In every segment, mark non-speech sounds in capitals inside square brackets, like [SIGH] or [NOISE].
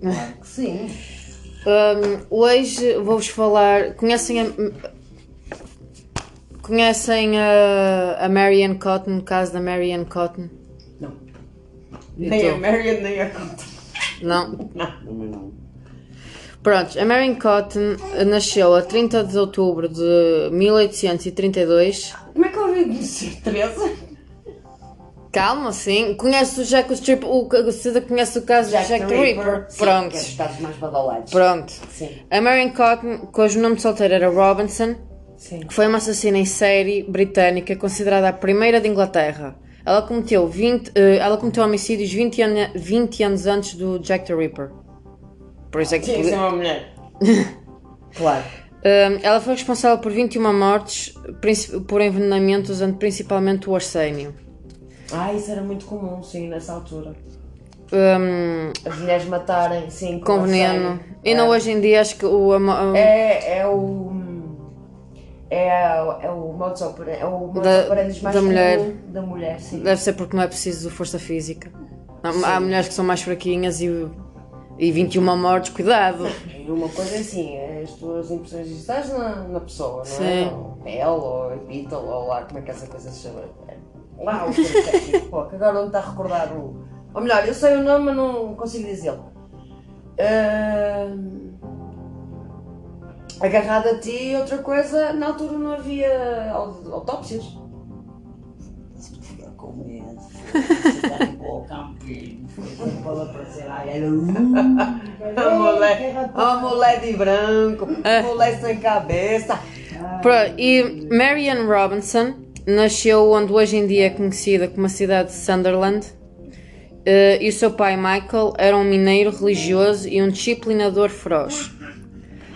Claro que sim. Hum, hoje vou-vos falar. Conhecem a. Conhecem a, a Marianne Cotton, o caso da Marianne Cotton? Não. E Nem tu? a Marion, nem a Conta. [LAUGHS] Não? Também não. Pronto, a Marianne Cotton nasceu a 30 de outubro de 1832. Como é que ela veio dizer 13? Calma, sim. Conhece o Jack o Stripper. O, o Cida conhece o caso do Jack the Ripper. Pronto. Sim, estás mais badalados. Pronto. Sim. A Marion Cotton, cujo nome de solteiro era Robinson, Sim. foi uma assassina em série britânica considerada a primeira de Inglaterra. Ela cometeu, 20, eh, ela cometeu homicídios 20, ano- 20 anos antes do Jack the Ripper. Por isso é que Sim, pode- isso é uma mulher. [LAUGHS] claro. Hum, Ela foi responsável por 21 mortes princi- por envenenamento usando principalmente o arsénio. Ah, isso era muito comum, sim, nessa altura. Hum, As mulheres matarem, sim. com veneno. E não hoje em dia acho que o amo- É, é o. É, a- é o modus operandi, é o modus Da- operandi mais da comum mulher. da mulher, sim. deve ser porque não é preciso força física. Há, há mulheres que são mais fraquinhas e, e 21 mortes, cuidado. Uma coisa é assim, as tuas impressões digitais na, na pessoa, não é? Sim. Ou pele, ou epítalo, ou lá, como é que essa coisa se chama? Lá, o que é que é? Pô, que agora não está a recordar o... Ou melhor, eu sei o nome, mas não consigo dizê-lo. Ahm, Agarrado a ti, outra coisa, na altura não havia au- autópsias. Oh, mulher, oh, mulher de branco, É. mulher sem cabeça. Pronto, e Marian Robinson nasceu onde hoje em dia é conhecida como a cidade de Sunderland. eh, E o seu pai, Michael, era um mineiro religioso e um disciplinador feroz.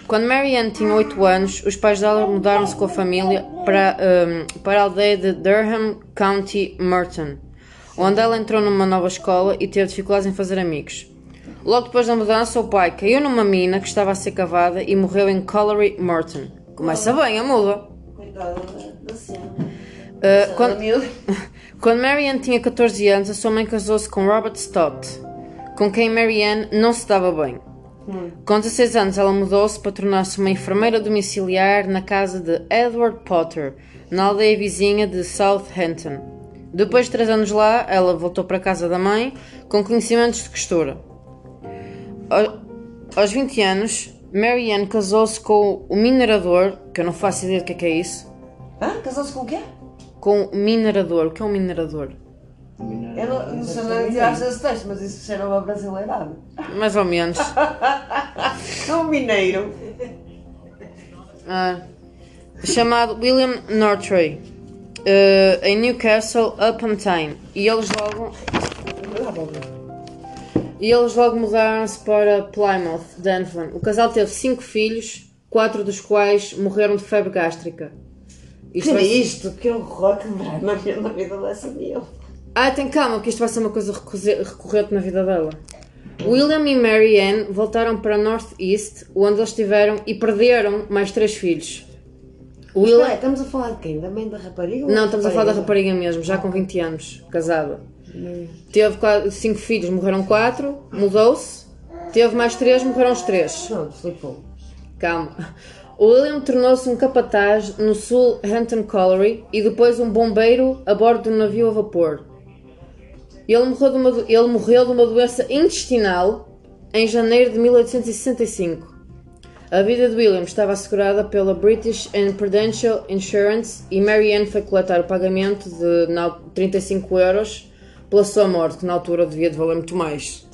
Quando Marianne tinha 8 anos, os pais dela mudaram-se com a família para, ehm, para a aldeia de Durham County Merton, onde ela entrou numa nova escola e teve dificuldades em fazer amigos. Logo depois da mudança, o pai caiu numa mina que estava a ser cavada e morreu em Colliery Merton. Começa bem a muda. Coitada da- da cena. Eh, Da quando, miúda. quando Marianne tinha 14 anos, a sua mãe casou-se com Robert Stott, com quem Marianne não se dava bem. Com 16 anos, ela mudou-se para tornar-se uma enfermeira domiciliar na casa de Edward Potter, na aldeia vizinha de Southampton. Depois de 3 anos lá, ela voltou para a casa da mãe com conhecimentos de costura. Ao- Aos 20 anos, Marianne casou-se com o minerador, que eu não faço ideia do que é, que é isso. Hã? Casou-se com o quê? Com o minerador. O que é um minerador? Também não. Eu não, não sei nem tiraste esse texto, mas isso cheira uma brasileirada. Mais ou menos. É um mineiro. Ah, chamado William Northrey, eh, em Newcastle upon Tyne. E eles logo, e eles logo mudaram-se para Plymouth, Dunfermline. O casal teve cinco filhos, quatro dos quais morreram de febre gástrica. Isto vai ser- isto? Que horror que drama vi na vida dessa miúda. Ah, tem calma, que isto vai ser uma coisa recuse- recorrente na vida dela. William e Mary Ann voltaram para North East, onde eles tiveram e perderam mais três filhos. William... Ué, estamos a falar de quem? Da mãe da rapariga? é- Não, estamos a falar da rapariga mesmo, já com 20 anos, casada. Teve 5 filhos, morreram 4, mudou-se. Teve mais 3, morreram os 3. Não, flipou. Calma. O William tornou-se um capataz no sul Hampton Colliery e depois um bombeiro a bordo de um navio a vapor. Ele morreu de uma, do- ele morreu de uma doença intestinal em janeiro de 1865. A vida de William estava assegurada pela British and Prudential Insurance e Mary Ann foi coletar o pagamento de na- 35 euros pela sua morte, que na altura devia de valer muito mais.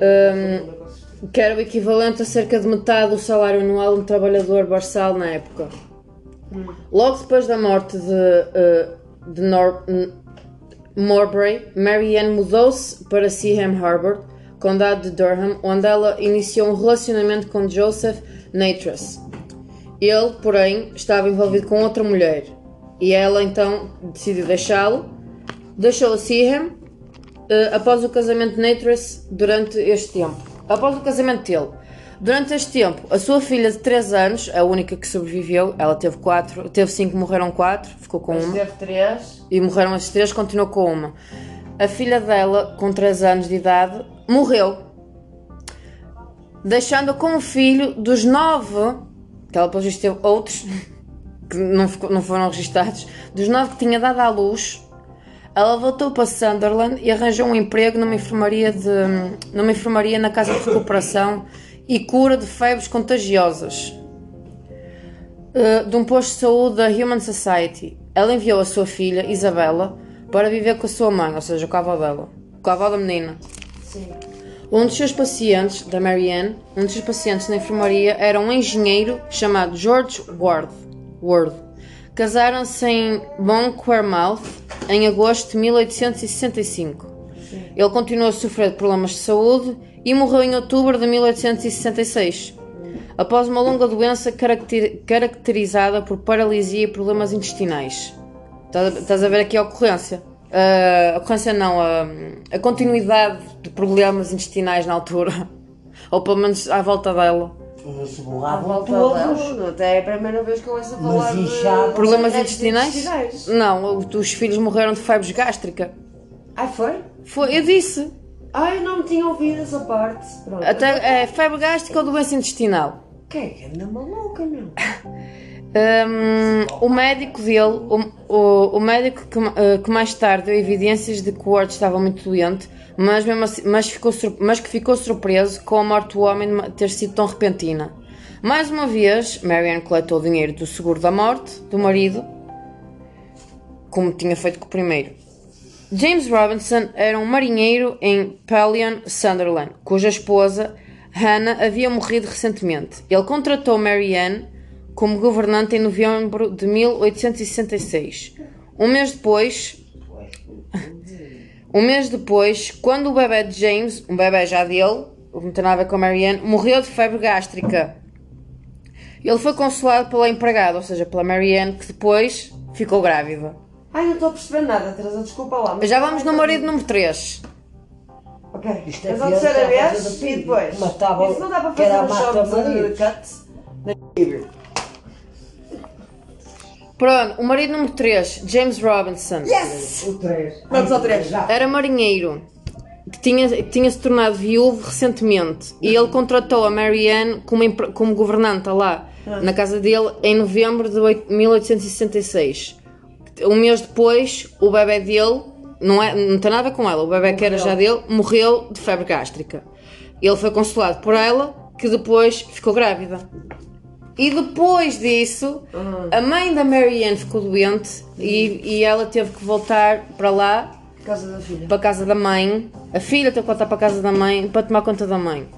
Hum, que era o equivalente a cerca de metade do salário anual de um trabalhador barsal na época. Logo depois da morte de, eh, de Nor- N- Morbury, Mary Ann mudou-se para Seaham Harbour, condado de Durham, onde ela iniciou um relacionamento com Joseph Natras. Ele, porém, estava envolvido com outra mulher e ela então decidiu deixá-lo. Deixou a Seaham eh, após o casamento de Natras durante este tempo. Após o casamento dele. Durante este tempo, a sua filha de 3 anos, a única que sobreviveu, ela teve 4, teve 5, morreram 4, ficou com uma Teve três. e morreram as três, continuou com uma. A filha dela, com 3 anos de idade, morreu. deixando com um filho dos nove, que ela pelo visto teve outros, [LAUGHS] que não, ficou- não foram registados, dos nove que tinha dado à luz, ela voltou para Sunderland e arranjou um emprego numa enfermaria, de, numa enfermaria na Casa de Recuperação e Cura de Febres Contagiosas eh, de um posto de saúde da Human Society. Ela enviou a sua filha, Isabela, para viver com a sua mãe, ou seja, com a avó dela, com a avó da menina. Sim. Um dos seus pacientes, da Marianne, um dos seus pacientes na enfermaria era um engenheiro chamado George Ward. Ward. Casaram-se em Bonquermouth em agosto de 1865. Ele continuou a sofrer de problemas de saúde e morreu em outubro de 1866, após uma longa doença caracter- caracterizada por paralisia e problemas intestinais. Estás a- Estás a ver aqui a ocorrência? Ah, A ocorrência não, a, a continuidade de problemas intestinais na altura. [LAUGHS] Ou pelo menos à volta dela. Eles À borravam volta todos. dela, Um até é a primeira vez que eu ouço falar Mas de inchado. Problemas doenças intestinais? Não, o- os filhos morreram de febres gástrica. Ah, foi? Foi, eu disse. Ah, eu não me tinha ouvido essa parte. Pronto. Até, é, febre gástrica ou doença intestinal? Quem é que anda maluca, meu? Hum, o médico dele, o, o- o médico que, ma- eh, que mais tarde deu evidências de que o Ward estava muito doente, mas, mesmo assim- mas, ficou sur- mas que ficou surpreso com a morte do homem ma- ter sido tão repentina. Mais uma vez, Marianne coletou o dinheiro do seguro da morte do marido, como tinha feito com o primeiro. James Robinson era um marinheiro em Pelion, Sunderland, cuja esposa, Hannah, havia morrido recentemente. Ele contratou Mary Ann como governante em novembro de 1866. Um mês depois, [LAUGHS] um mês depois, quando o bebê de James, um bebê já dele, não tem nada a ver com a Mary Ann, morreu de febre gástrica. Ele foi consolado pela empregada, ou seja, pela Mary Ann, que depois ficou grávida. Ai, não estou a perceber nada, Teresa, desculpa lá. mas- Já vamos no marido número 3. Ok, Isto é mas a pior, terceira está a fazer vez do e filho. depois. Mas está bom, Isso não dá para que fazer um era a mata shot de marido. cut. Pronto, o marido número 3, James Robinson, Yes! O 3. Vamos ao três. Já. era marinheiro que tinha, tinha se tornado viúvo recentemente e ele contratou a Mary Ann como, empre- como governanta lá na casa dele em novembro de oit- 1866. Um mês depois, o bebê dele, não, é, não tem nada a ver com ela, o bebê que era já dele, morreu de febre gástrica. Ele foi consolado por ela, que depois ficou grávida. E depois disso, a mãe da Mary Ann ficou doente e, e ela teve que voltar para lá, Por causa da filha. para a casa da mãe. A filha teve que voltar para a casa da mãe para tomar conta da mãe.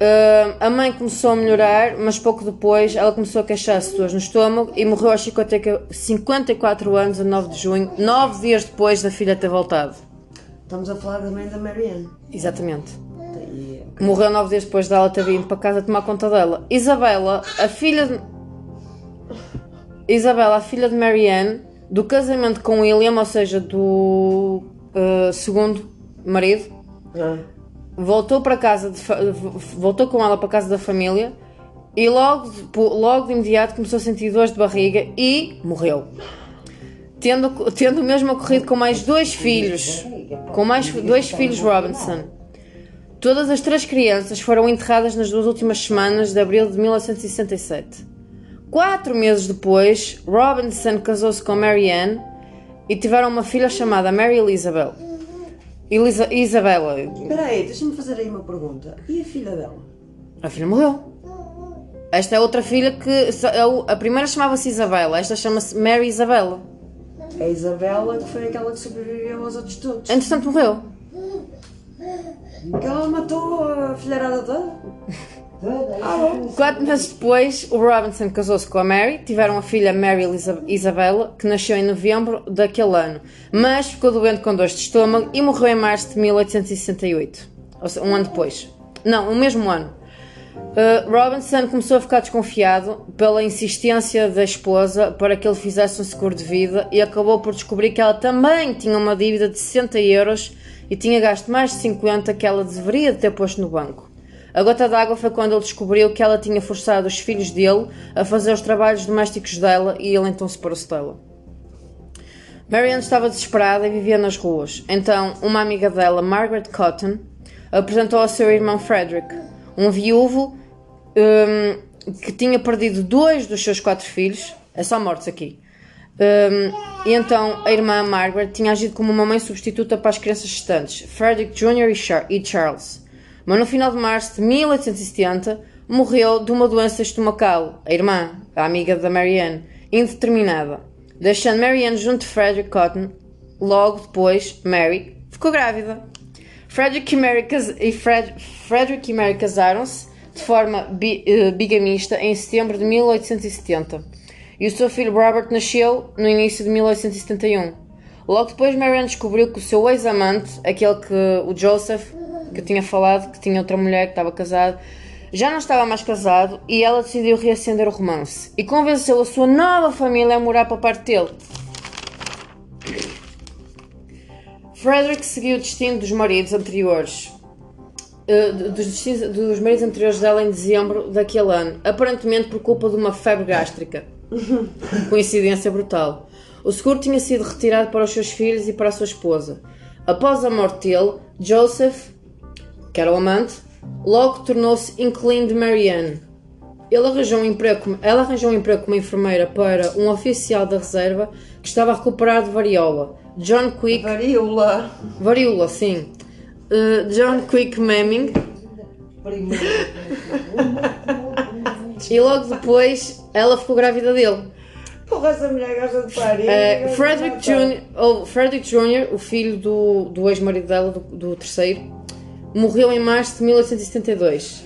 Ah, a mãe começou a melhorar, mas pouco depois ela começou a queixar-se de dores no estômago e morreu aos 50 e- 54 anos, a 9 de junho, 9 dias depois da filha ter voltado. Estamos a falar da mãe da Marianne. Exatamente. E Morreu nove dias depois dela ter vindo para casa tomar conta dela. Isabela, a filha de... Isabela, a filha de Marianne, do casamento com William, ou seja, do eh, segundo marido, voltou para casa de fa- voltou com ela para casa da família e logo de, po- logo de imediato começou a sentir dores de barriga e morreu tendo tendo o mesmo ocorrido com mais dois filhos com mais dois filhos Robinson todas as três crianças foram enterradas nas duas últimas semanas de abril de 1967 quatro meses depois Robinson casou-se com Mary Ann e tiveram uma filha chamada Mary Elizabeth Elisa, Isabella Espera aí, deixa-me fazer aí uma pergunta. E a filha dela? a filha morreu. Esta é outra filha que. é o- A primeira chamava-se Isabela, esta chama-se Mary Isabela. É a Isabela que foi aquela que sobreviveu aos outros todos. Entretanto, morreu. Que ela matou a filharada toda? Quatro meses depois, o Robinson casou-se com a Mary, tiveram a filha Mary Elisa- Isabella, que nasceu em novembro daquele ano, mas ficou doente com dores de estômago e morreu em março de 1868, ou seja, um ano depois. Não, o mesmo ano. Uh, Robinson começou a ficar desconfiado pela insistência da esposa para que ele fizesse um seguro de vida e acabou por descobrir que ela também tinha uma dívida de 60 euros e tinha gasto mais de 50 que ela deveria ter posto no banco. A gota d'água foi quando ele descobriu que ela tinha forçado os filhos dele a fazer os trabalhos domésticos dela e ele então separou-se dela. Marianne estava desesperada e vivia nas ruas. Então, uma amiga dela, Margaret Cotton, apresentou ao seu irmão Frederick. um viúvo hum, que tinha perdido dois dos seus quatro filhos, é só mortos aqui. Hum, e então a irmã Margaret tinha agido como uma mãe substituta para as crianças gestantes, Frederick Jr. e Char- e Charles. Mas no final de março de 1870 morreu de uma doença estomacal, a irmã, a amiga da Marianne, indeterminada, deixando Marianne junto de Frederick Cotton. Logo depois, Mary ficou grávida. Frederick e Mary, cas- e Fred- Frederick e Mary casaram-se de forma bi- eh, bigamista em setembro de 1870 e o seu filho Robert nasceu no início de 1871. Logo depois, Marianne descobriu que o seu ex-amante, aquele que o Joseph, que eu tinha falado, que tinha outra mulher que estava casado, já não estava mais casado e ela decidiu reacender o romance e convenceu a sua nova família a morar para a parte dele. Frederick seguiu o destino dos maridos anteriores. eh, dos, destinos- dos maridos anteriores dela em dezembro daquele ano, aparentemente por culpa de uma febre gástrica. Coincidência brutal. O seguro tinha sido retirado para os seus filhos e para a sua esposa. Após a morte dele, Joseph, que era o amante, logo tornou-se inquilino de Marianne. Ele arranjou um emprego, como- ela arranjou um emprego como enfermeira para um oficial da reserva que estava a recuperar de variola. John Quick Varíola. Varíola, sim. Uh, John Quick Mamming. e logo depois ela ficou grávida dele. Porra, essa mulher gosta de parir. Uh, gosta Frederick, de matar. Jr., ou Frederick Jr., o filho do, do ex-marido dela, do, do terceiro, morreu em março de 1872.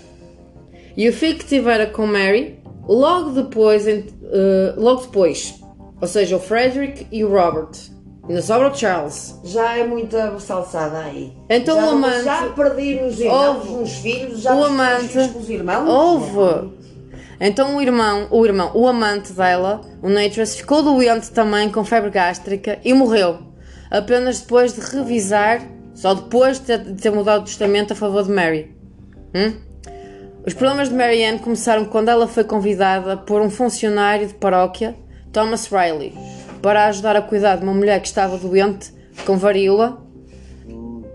E o filho que tivera com Mary, logo depois, em- uh, logo depois, ou seja, o Frederick e o Robert. Ainda sobra o Charles. Já é muita salsada aí. Então já, o não- amante- Já perdi nos irmãos, Houve. nos filhos, já O nos perdi amante- os filhos com os irmãos. né? Houve! Então o irmão, o irmão, o amante dela, o Natras, ficou doente também com febre gástrica e morreu. Apenas depois de revisar, só depois de ter, de ter mudado o testamento a favor de Mary. Hum? Os problemas de Marianne começaram quando ela foi convidada por um funcionário de paróquia, Thomas Riley, para ajudar a cuidar de uma mulher que estava doente com varíola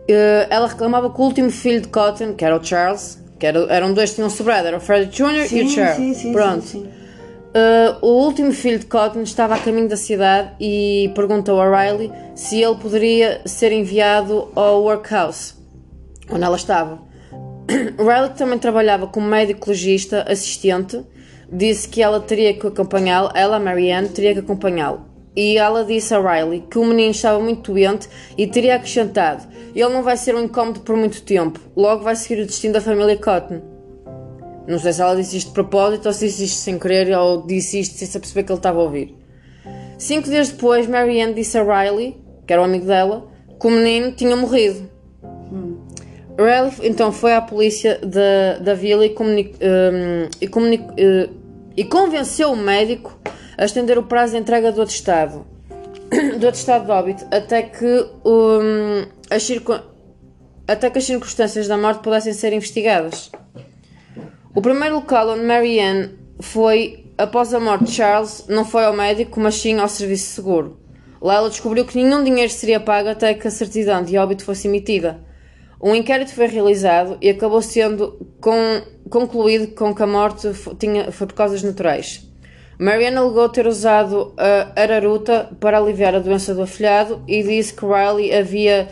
eh, ela reclamava que o último filho de Cotton, que era o Charles, que era- eram dois que tinham sobrado, era o Freddy Jr. e o Charles. Pronto. Eh, o último filho de Cotton estava a caminho da cidade e perguntou a Riley se ele poderia ser enviado ao workhouse, onde ela estava. [COUGHS] Riley, que também trabalhava como médico legista assistente, disse que ela teria que acompanhá-lo, ela, Marianne, teria que acompanhá-lo. E ela disse a Riley que o menino estava muito doente e teria acrescentado: ele não vai ser um incómodo por muito tempo, logo vai seguir o destino da família Cotton. Não sei se ela disse isto de propósito ou se disse isto sem querer ou disse isto sem se aperceber que ele estava a ouvir. Cinco dias depois, Marianne disse a Riley, que era o amigo dela, que o menino tinha morrido. Riley então foi à polícia da, da vila e, comuni- hum, e, comuni- eh, e convenceu o médico a estender o prazo de entrega do atestado, [COUGHS] do atestado de óbito, até que, hum, as circun- até que as circunstâncias da morte pudessem ser investigadas. O primeiro local onde Marianne foi após a morte de Charles não foi ao médico, mas sim ao serviço de seguro. Lá ela descobriu que nenhum dinheiro seria pago até que a certidão de óbito fosse emitida. Um inquérito foi realizado e acabou sendo con- concluído com que a morte fo- tinha- foi por causas naturais. Marianne alegou ter usado a araruta para aliviar a doença do afilhado e disse que Riley havia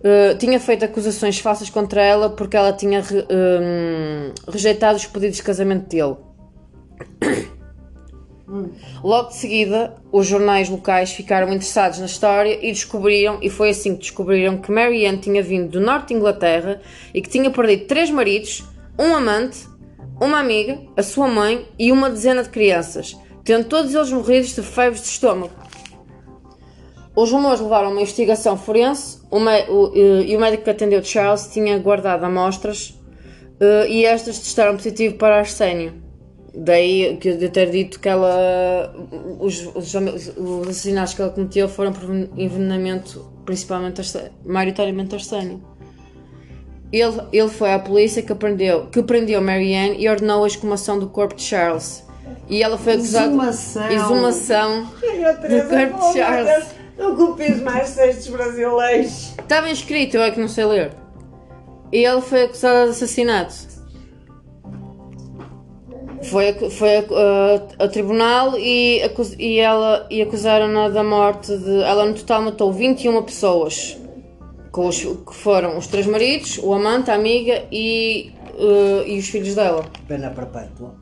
Uh, tinha feito acusações falsas contra ela porque ela tinha re- um, rejeitado os pedidos de casamento dele. Logo de seguida, os jornais locais ficaram interessados na história e descobriram, e foi assim que descobriram, que Mary Ann tinha vindo do norte de Inglaterra e que tinha perdido três maridos, um amante, uma amiga, a sua mãe e uma dezena de crianças, tendo todos eles morridos de febres de estômago. Os rumores levaram a uma investigação forense o mé- o- eh, e o médico que atendeu Charles tinha guardado amostras eh, e estas testaram positivo para arsénio. Daí que eu de ter dito que ela. Os, os, os assassinatos que ela cometeu foram por envenenamento, principalmente arse- maioritariamente arsénio. Ele, ele foi à polícia que, aprendeu, que prendeu Marianne e ordenou a exumação do corpo de Charles. E ela foi acusada. Exumação. Exumação. Olha, Teresa, Carpe pelo amor de Charles. Deus, Não copies mais textos brasileiros. Tá Estava inscrito, eu é que não sei ler. E ele foi acusado de assassinato. Foi, a- foi a, a- a tribunal e, acus- e ela e acusaram-na da morte de. Ela no total matou 21 pessoas. Com os, que foram os três maridos, o amante, a amiga e, eh, e os filhos dela. Pena perpétua.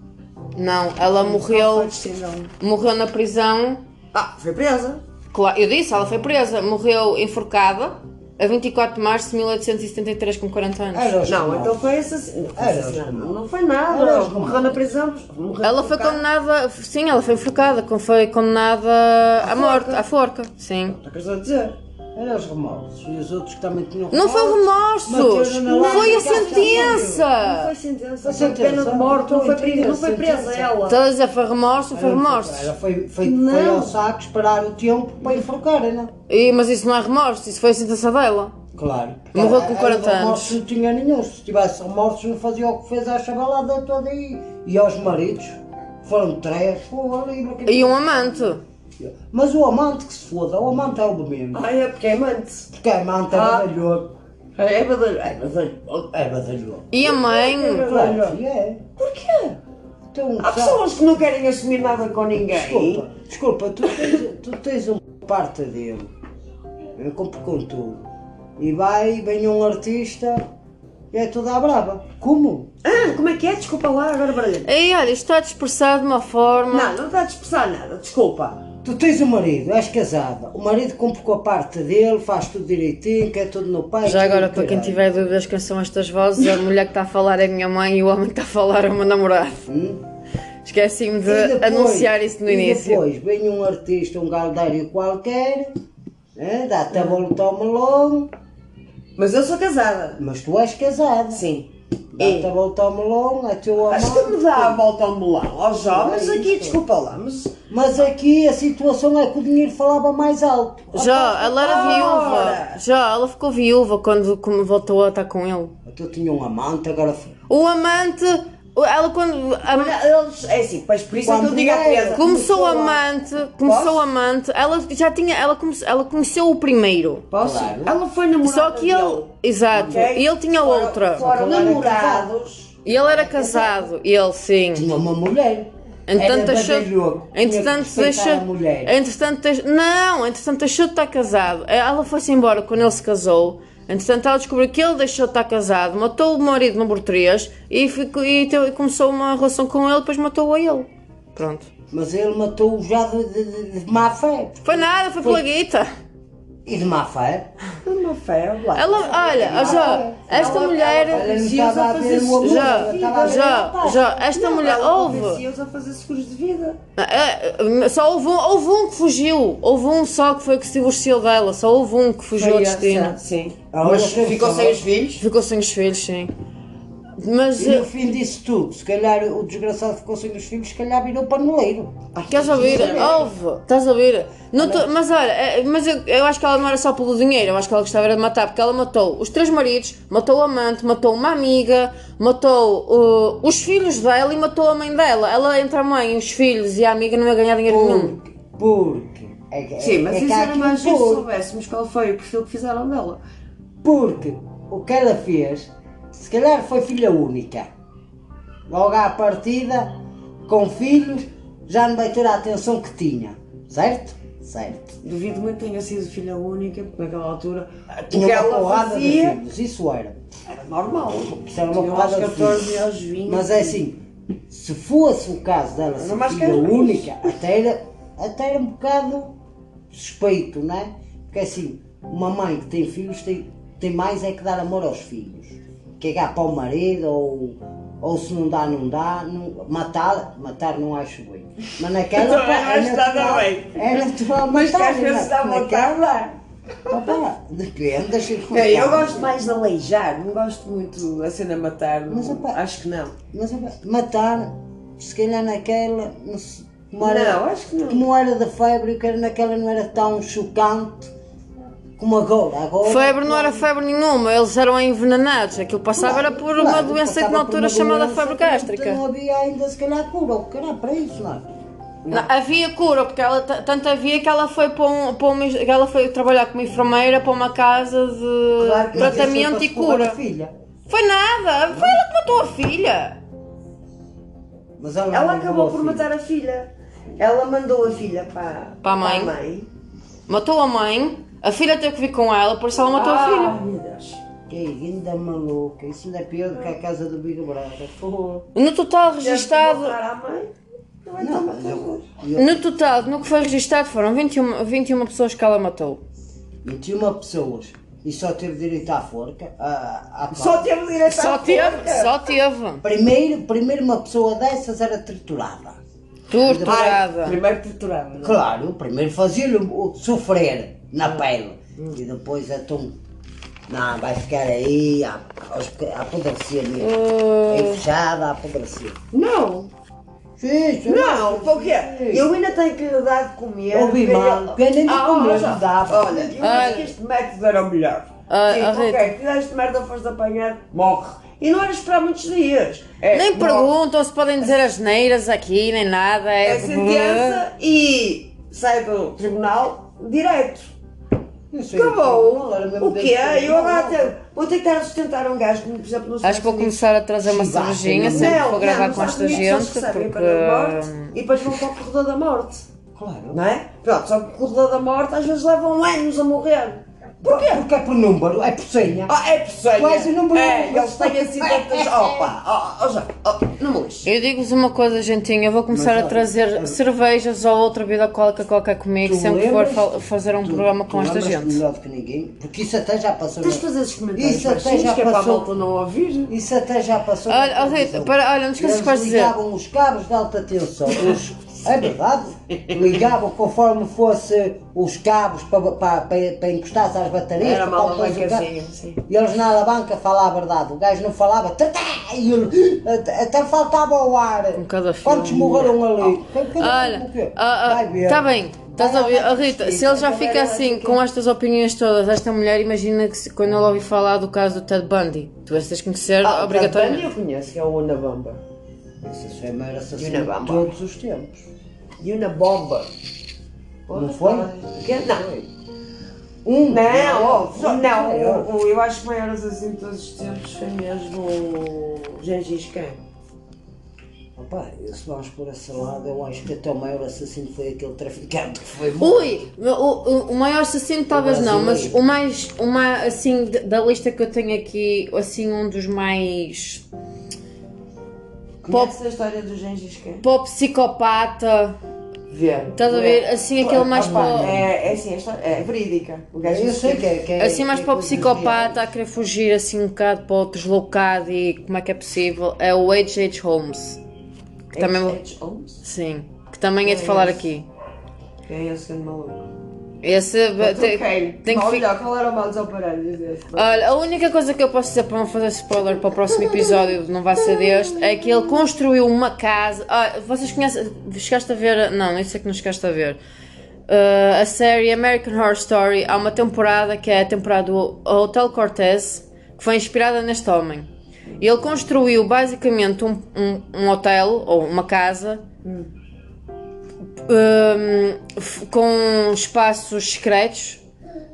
Não, ela morreu. Pode ser, não. Morreu na prisão. Ah, foi presa. Claro, eu disse, ela foi presa. Morreu enforcada a 24 de março de 1873, com 40 anos. Era Ah, os Não, que então foi assassino. Não foi, Era assassinato. os- não foi nada. Era os- Morreu na prisão. morreu Ela foi enforcada. condenada, sim, ela foi enforcada, com- foi condenada à, morte, à forca, sim. Não queres dizer? Era os remorsos. E os outros que também tinham Não foi remorsos, Mateus, não, não, foi a não, não, Não foi sentença. sentença, foi Sentença. pena de morte, não foi, Não, pri- não foi sentença. presa é ela. Estás a dizer, Então foi remorso, foi Era- remorsos. Era, foi, foi, foi Não. ao saco esperar o tempo para enforcar, não? E, mas isso não é remorso, isso foi a sentença dela. Claro. Morreu com Era- 40 era remorsos, anos. Não tinha nenhum. Se tivesse remorsos, não fazia o que fez à chavalada toda aí. E aos maridos. Foram três. Pô, ali, naquele- E um amante. Mas o amante que se foda, o amante é o domingo. Ah, é porque é amante. Porque a amante é Ah. badalhoco. É badalho. É badalho. É badalhoco. E a mãe. Claro, que é. Porquê? Então, Há sabe- pessoas que não querem assumir nada com ninguém. Desculpa, desculpa, tu tens, tu tens um parte dele, eu compro com tudo, e vai, vem um artista e é tudo à brava. Como? Ah, como é que é? Desculpa lá, agora baralhei. E olha, isto está dispersado de uma forma. Não, não está a dispersar nada, desculpa. Tu tens um marido, és casada, o marido compra com a parte dele, faz tudo direitinho, quer tudo no pai. Já tudo agora, no para quem caralho. tiver dúvidas quem são estas vozes, a mulher que está a falar é a minha mãe e o homem que está a falar é o meu namorado. Esqueci-me de E depois- anunciar isso no e início. Depois vem um artista, um galdário qualquer, né, dá-te a volta ao melão, Mas eu sou casada. mas tu és casada. Sim. um Dá-te a volta ao melão, é teu amor. Acho que me dá a volta ao melão, aos jovens é. aqui, desculpa lá, mas... Mas aqui a situação é que o dinheiro falava mais alto. Já, ela era Ora! viúva. Já, ela ficou viúva quando como voltou a estar com ele. Tu tinha um amante, agora foi. O amante, ela quando a- Eles, é assim, pois por isso é que eu Quando digo à era. criança... começou começou a- amante, começou amante, ela já tinha, ela come- ela conheceu o primeiro. Posso? Claro. Ela foi namorada Só que ele, dele, exato, ok? e ele tinha Foram- outra. Foram Agora é namorados... E ele era casado, ele sim. Tinha uma mulher. Entretanto, Era deixou. badalhoco. Tinha Entretanto, É- que respeitar deixou. A mulher. Entretanto, deix- não, entretanto, deixou de estar casado. Eh, Ela foi-se embora quando ele se casou. Entretanto, ela descobriu que ele deixou de estar casado, matou o marido número 3 e, ficou- e teve- começou uma relação com ele, depois matou a ele. Pronto. Mas ele matou-o já de, de- de- de má fé. Foi nada, foi pela guita. E de má fé? Uma fé, lá. Ela, olha, ó, já, esta Ela- ela mulher. convencia-os a estava a ver fazer o amor, Já, já, já, esta mulher. Houve. Convencia-os a fazer seguros de vida. É, é, Só houve um, houve um que fugiu. Houve um só que foi que se divorciou dela. Só houve um que fugiu ao destino. Sim. Ela Mas teve ficou só- sem os filhos? Ficou sem os filhos, sim. Mas. eh, E no fim disso tudo, se calhar o desgraçado ficou sem os filhos, se calhar virou paneleiro. Queres ouvir? Ouve, estás a ouvir? Não tô- mas olha, é- mas eu, eu acho que ela não era só pelo dinheiro, eu acho que ela gostava era de matar, porque ela matou os três maridos, matou o amante, matou uma amiga, matou uh, os filhos dela e matou a mãe dela. Ela entre a mãe, os filhos e a amiga não ia ganhar dinheiro nenhum. Porque. Porque. É, que- Hum. Sim, mas é que isso há era aqui um mais giro se porco. soubéssemos qual foi o perfil que fizeram dela. Porque o que ela fez, se calhar foi filha única. Logo à partida, com filhos, já não vai ter a atenção que tinha. Certo? Certo. Duvido muito que tenha sido filha única, porque naquela altura o que Ah, Tinha uma Ah, ela porrada de fazia filhos, isso era. era normal. Isso era uma Tinha aos porrada de 14 filhos. aos 20. Mas é assim, se fosse o caso dela ser mais filha quero isso. única, até era, até era um bocado suspeito, não é? Porque assim, uma mãe que tem filhos tem, tem mais é que dar amor aos filhos. Cagar para o marido ou, ou se não dá, não dá. Não, matar, matar não acho bem. Mas naquela é Também não Então, acho nada natural- bem. É natural Mas que matar, às vezes mas dá naquela- vontade lá. Opa, depende das É, circunstâncias. eu gosto mais de aleijar, não gosto muito da cena matar, Mas, não- opa, acho que não. Mas opa, matar, se calhar naquela, não se- como Não, acho que não. Como era da febre, eu quero naquela não era tão chocante como agora. agora Febre não era febre nenhuma, eles eram envenenados. Aquilo passava era por uma Claro, doença que passava na por altura uma chamada doença febre que não- gástrica. Não havia ainda se calhar cura, o que era para isso, não é? Não, havia cura, porque ela t- tanto havia que ela foi para um, para uma- que ela foi trabalhar como enfermeira para uma casa de Claro que tratamento e isso é para se curar cura. a filha. Foi nada, foi ela que matou a filha. Mas ela, Ela mandou acabou ao por filho. matar a filha. Ela mandou a filha para, Para a mãe. Matou a mãe, a filha teve que vir com ela, por isso ela matou a filha. Ah, meu Deus. Que é ainda maluca, isso ainda é pior do que a casa do Big Brother. Porra. No total registado, Registado. Matar à mãe? Não é vai Não, estar mas eu, matando. eu no total, no que foi registado foram 21, 21 pessoas que ela matou. 21 pessoas e só teve direito à forca. À, à pá. É Só teve direito à Só teve, forca. só teve. primeiro, primeiro uma pessoa dessas era triturada. Ai, Torturada. Primeiro torturada. não é? Claro, primeiro fazia-lhe o- sofrer na pele e depois então. Não, vai ficar aí a, aos boca- a apodrecer mesmo. Aí fechada, a apodrecer. Não. Sim, sim. Não, para o quê? Sim. Eu ainda tenho que lhe dar de comer. Ouvi mal, que nem de Ah, comer olha, lhe dá. Olha, eu Olha. acho que este método era o melhor. Ah, Sim, ah, ok, Rita. fizeste merda, foste apanhar, morre. E não era esperar muitos dias. É, Nem morre. perguntam se podem dizer as neiras aqui, nem nada. É, É sentença e sai do tribunal direto. Eu sei, Acabou. então, era mesmo O desse quê? Eu agora tribunal. até vou ter que estar a sustentar um gajo, como por exemplo, nos Acho que vou Estados Unidos. começar a trazer uma Chivato, cervejinha não. sempre que vou gravar não, com esta os amigos gente, eles recebem pena de porque. é morte E depois vão para o corredor da morte. Claro. Não é? Pronto, só que o corredor da morte às vezes levam anos a morrer. Porquê? Porque é por número, é por senha. Ah, é possível. Quase não morreu. É, eles têm assim tantas. Opa, ó, ó, já, ó, não me lixe. Eu digo-vos uma coisa, gentinha, eu vou começar Mas, a olha, trazer cervejas ou outra bebida alcoólica qualquer comigo, Tu sempre que for lembras- fa- fazer um tu- programa tu com esta lembras-te gente. melhor do que ninguém, porque isso até já passou. Tens de na- fazer esses comentários Isso até baixinhos, já que é para a passou. malta não ouvir. Isso até já passou. na Olha, oh, Rita, televisão. para, olha, não esqueças Eles que vais dizer. ligavam os cabos de alta tensão. os- é verdade. Ligavam conforme fosse os cabos para, para, para, para encostar às baterias. Era para mal tal coisa, o gajo- alavancazinho, sim. E eles na alavanca falavam a verdade. O gajo não falava. tatá, e ele- até, até faltava o ar. Um bocado afim. Quantos morreram ali? Olha, Vai ver. está bem. Estás a Vai ouvir? lá, Oh, Rita, se ele já fica assim com estas opiniões todas, esta mulher, imagina que se- quando ele ouviu falar do caso do Ted Bundy, tu vais teres que conhecer Ah, obrigatoriamente. Eu conheço, que é o Unabomber. Esse foi o maior E na assassino de bamba. todos os tempos. Unabomber. Não foi? Que- não. Um. Não, oh, só- não, Maior. o- o- eu acho que o maior assassino de todos os tempos foi mesmo o Gengis Khan. Opa, se vamos por esse lado, eu acho que até o maior assassino foi aquele traficante que foi morto. Ui, o, o, o maior assassino talvez não, mas o mais, o mais assim d- da lista que eu tenho aqui, assim um dos mais Conhece a história do Gengis Khan? pop psicopata, Ver. estás a ver? Assim aquele mais para É, é assim, é, histó- é verídica. O gajo tá Eu sei que é. Que é assim mais que é para o coisa psicopata a querer fugir assim um bocado para o deslocado e como é que é possível é o H.H. Holmes, que é. também H.H. Holmes? sim, que também é de falar aqui. Quem é esse grande maluco? Esse ba- tem, tem que Olha, ficar. qual era o mal desoperante desse? Olha, a única coisa que eu posso dizer para não fazer spoiler para o próximo episódio do Não Vai Ser Deste é que ele construiu uma casa. Ah, vocês conhecem. Chegaste a ver. Não, isso é que não chegaste a ver. Ah, a série American Horror Story. Há uma temporada que é a temporada do Hotel Cortez, que foi inspirada neste homem. E Ele construiu basicamente um, um- um hotel ou uma casa hum, f- com espaços secretos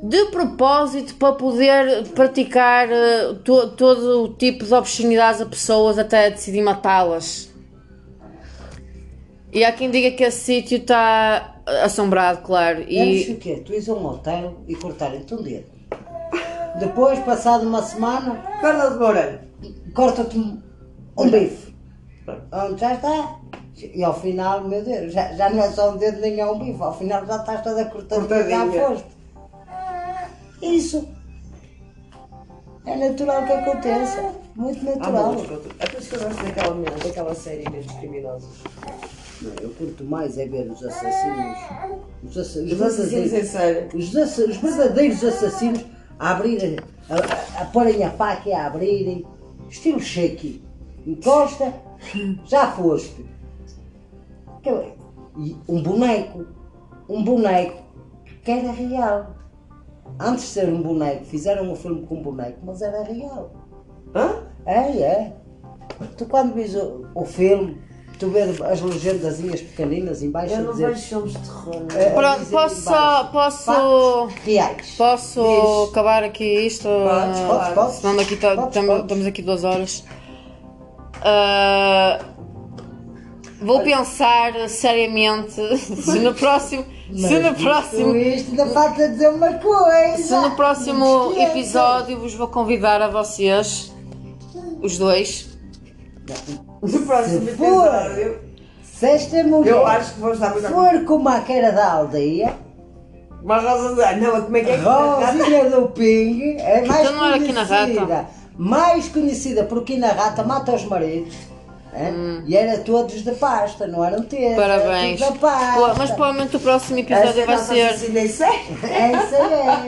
de propósito para poder praticar eh, to- todo o tipo de obscenidades a pessoas até decidir matá-las. E há quem diga que esse sítio está assombrado, claro. É isso E o quê? Tu és a um hotel e cortarem-te um dedo. Depois, passado uma semana, Carla de Moura. corta-te um, um bife. Onde já está? E ao final, meu Deus, já, já não é só um dedo nem é um bife. Ao final já estás toda cortadinha. Já Cortadinha. foste. Isso. É natural que aconteça. Muito Há natural. malucos. É por isso que eu gosto daquela, menina, daquela série dos criminosos. Não, eu curto mais é ver os assassinos. Os, assa- os Os assassinos é em verdadeiros, série. os assa- os verdadeiros assassinos a abrirem, a, a, a porem a faca e a abrirem. Estilo shaky. Encosta, já foste. Que- E um boneco. Um boneco que era real. Antes de ser um boneco, fizeram um filme com um boneco, mas era real. Hã? É, é. Tu quando vês o, o filme, tu vês as legendazinhas pequeninas em baixo Eu a não dizer... É, vejo filmes de terror. a- a Pronto, dizer posso em baixo, só- posso- Factos reais. posso Diz. acabar aqui isto? Podes, ah, Podes, podes? Senão daqui tá- Podes, tamo- podes. estamos aqui duas horas. Ah, Vou pensar seriamente [LAUGHS] se no próximo. se no próximo. Isto ainda falta dizer uma coisa. Se no Não próximo te esqueças. episódio vos vou convidar a vocês, os dois. No próximo Se for. episódio, Se esta mulher eu acho que vou estar muito for como a cara da aldeia, Uma rosa de... Não, como é que é? Rosinha do Ping é mais Então não era Quina Rata? conhecida. Mais conhecida por Quina Rata mata os maridos. é? E era todos da pasta, não eram teus. Hum. Parabéns. Era tudo da Pô, pasta. Mas provavelmente o próximo episódio vai ser. É isso aí.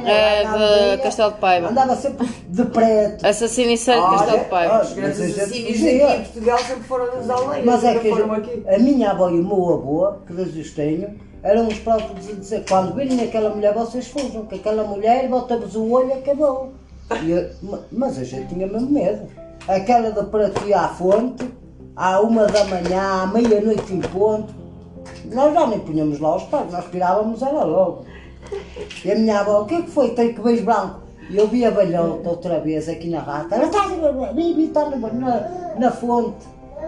É, era de aldeia. Castelo de Paiva. Andava sempre de preto. Assassino e Sério de Castelo de Paiva. Os grandes Mas a gente assassinos dizia. aqui em Portugal sempre foram das aldeias. Mas é nunca que foram aqui. a minha avó e o meu avô, que Deus os tenho, eram os próprios a dizer, quando virem aquela mulher, vocês fujam, que aquela mulher bota-vos o olho e acabou. E eu- ma- mas a gente tinha mesmo medo. Aquela da prato ia à fonte, à uma da manhã, à meia-noite em ponto, nós já nem punhamos lá os pés, nós tirávamos era logo. E a minha avó, o que é que foi? Tem que beijo branco. E eu vi a balhota outra vez aqui na rata. Ela está a está na, na, na fonte.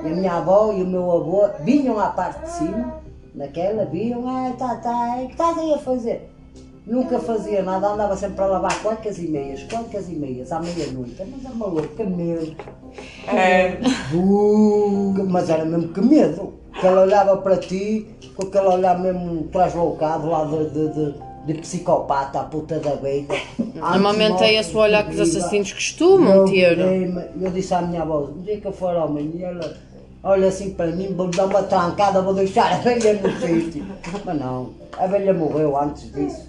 E a minha avó e o meu avô vinham à parte de cima, naquela, vinham, ah, tá, tá, o que estás aí a fazer? Nunca fazia nada, andava sempre a lavar cuecas e meias, cuecas e meias, à meia-noite. Mas é maluca mesmo. É. Uh, mas era mesmo que medo. Que ela olhava para ti com aquele olhar mesmo translocado lá de, de, de- de psicopata à puta da [LAUGHS] beira. Normalmente é esse o olhar que os assassinos costumam ter. Eu disse à minha avó, um dia que eu for homem, e ela olha assim para mim, vou dar uma trancada, vou deixar a velha no sítio. Mas não, a velha morreu antes disso.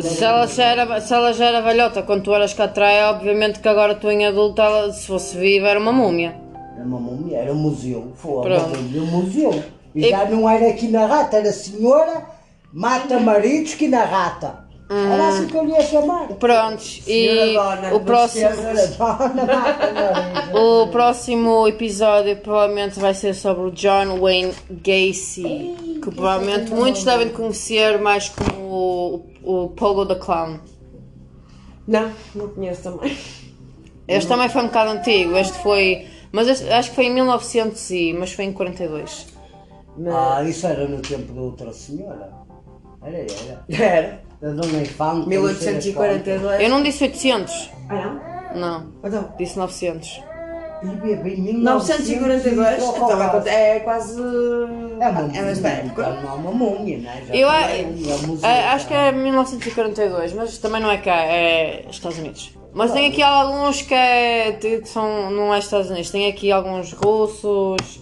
Se ela, já era, se ela já era velhota quando tu eras cá atrás, é obviamente que agora tu em adulta, ela, se fosse viva, era uma múmia. Era uma múmia, era um museu. Foi Pronto. um museu. E, já não era aqui na rata, era senhora mata maridos que na rata. Hum. Era assim que eu lhe ia chamar. Prontos, e Senhora Dona, o não próximo. Senhora dona mata maridos. O próximo episódio provavelmente vai ser sobre o John Wayne Gacy, é que provavelmente muitos devem conhecer mais como o, o Pogo the Clown. Não, não conheço também. Este também foi um bocado antigo, este foi. Mas este- acho que foi em 1900 e. mas foi em 42. Ah, isso era no tempo da outra senhora. Era, era. Era. Da dona Infante. não sei das 1842. Eu não disse 800, Ah, não, não? Então. disse 900. quantas. Ia bem 942. 1942. Estava a contar. É quase. É uma É mais múmia, época. não é uma múmia, não é? Já Eu não a- é uma múmia, a- acho que tá? é 1942, mas também não é cá, é Estados Unidos. Mas tem aqui alguns que, é, que são, não é Estados Unidos, tem aqui alguns russos,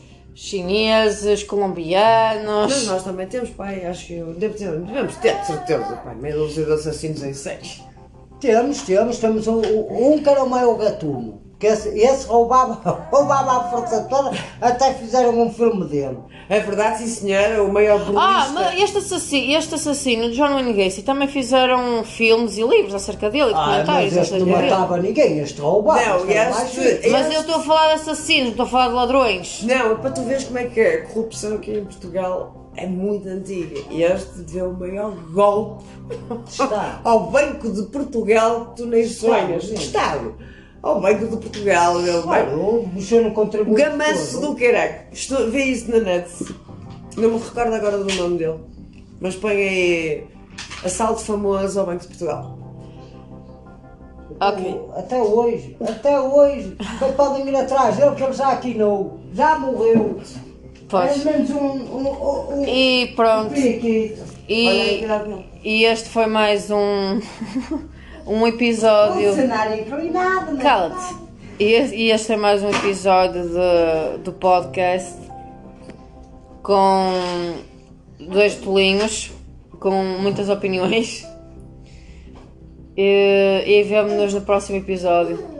chineses, Mas colombianos. nós também temos, pai, acho que eu devo ter, devemos ter de certeza, pai, meia dúzia de assassinos em série. Temos, temos, temos um, um um que era o maior gatuno. Que esse, esse roubava, [LAUGHS] roubava a força toda, até fizeram um filme dele. É verdade, sim senhora, o maior é Ah, brunista. mas este assassino, este assassino, John Wayne Gacy, também fizeram filmes e livros acerca dele, e Ah, mas documentários este acerca não dele. matava ninguém, este roubava. Não, este era este- mais fixe. Mas eu estou a falar de assassinos, não estou a falar de ladrões. Não, para tu veres como é que a corrupção aqui em Portugal é muito antiga. E este deu o maior golpe Está. ao Banco de Portugal que tu nem sonhas. mesmo. Estado. Ao Banco de Portugal. Ele vai- Claro, mexeu no O contributo. Gamanço todo. do caraco. Estou, vi isso na net. Não me recordo agora do nome dele. Mas põe aí assalto famoso ao Banco de Portugal. Ok. Até hoje, até hoje, que podem ir atrás dele, que ele já aqui não. Já morreu. Pois. Pelo menos um. um, um, um E pronto. periquito. E, Olha, cuidado com ele. e este foi mais um, [LAUGHS] um Um episódio. cenário inclinado, não é? Cala-te! E e este é mais um episódio de- do podcast com dois tolinhos, com muitas opiniões. E, e vemo-nos no próximo episódio.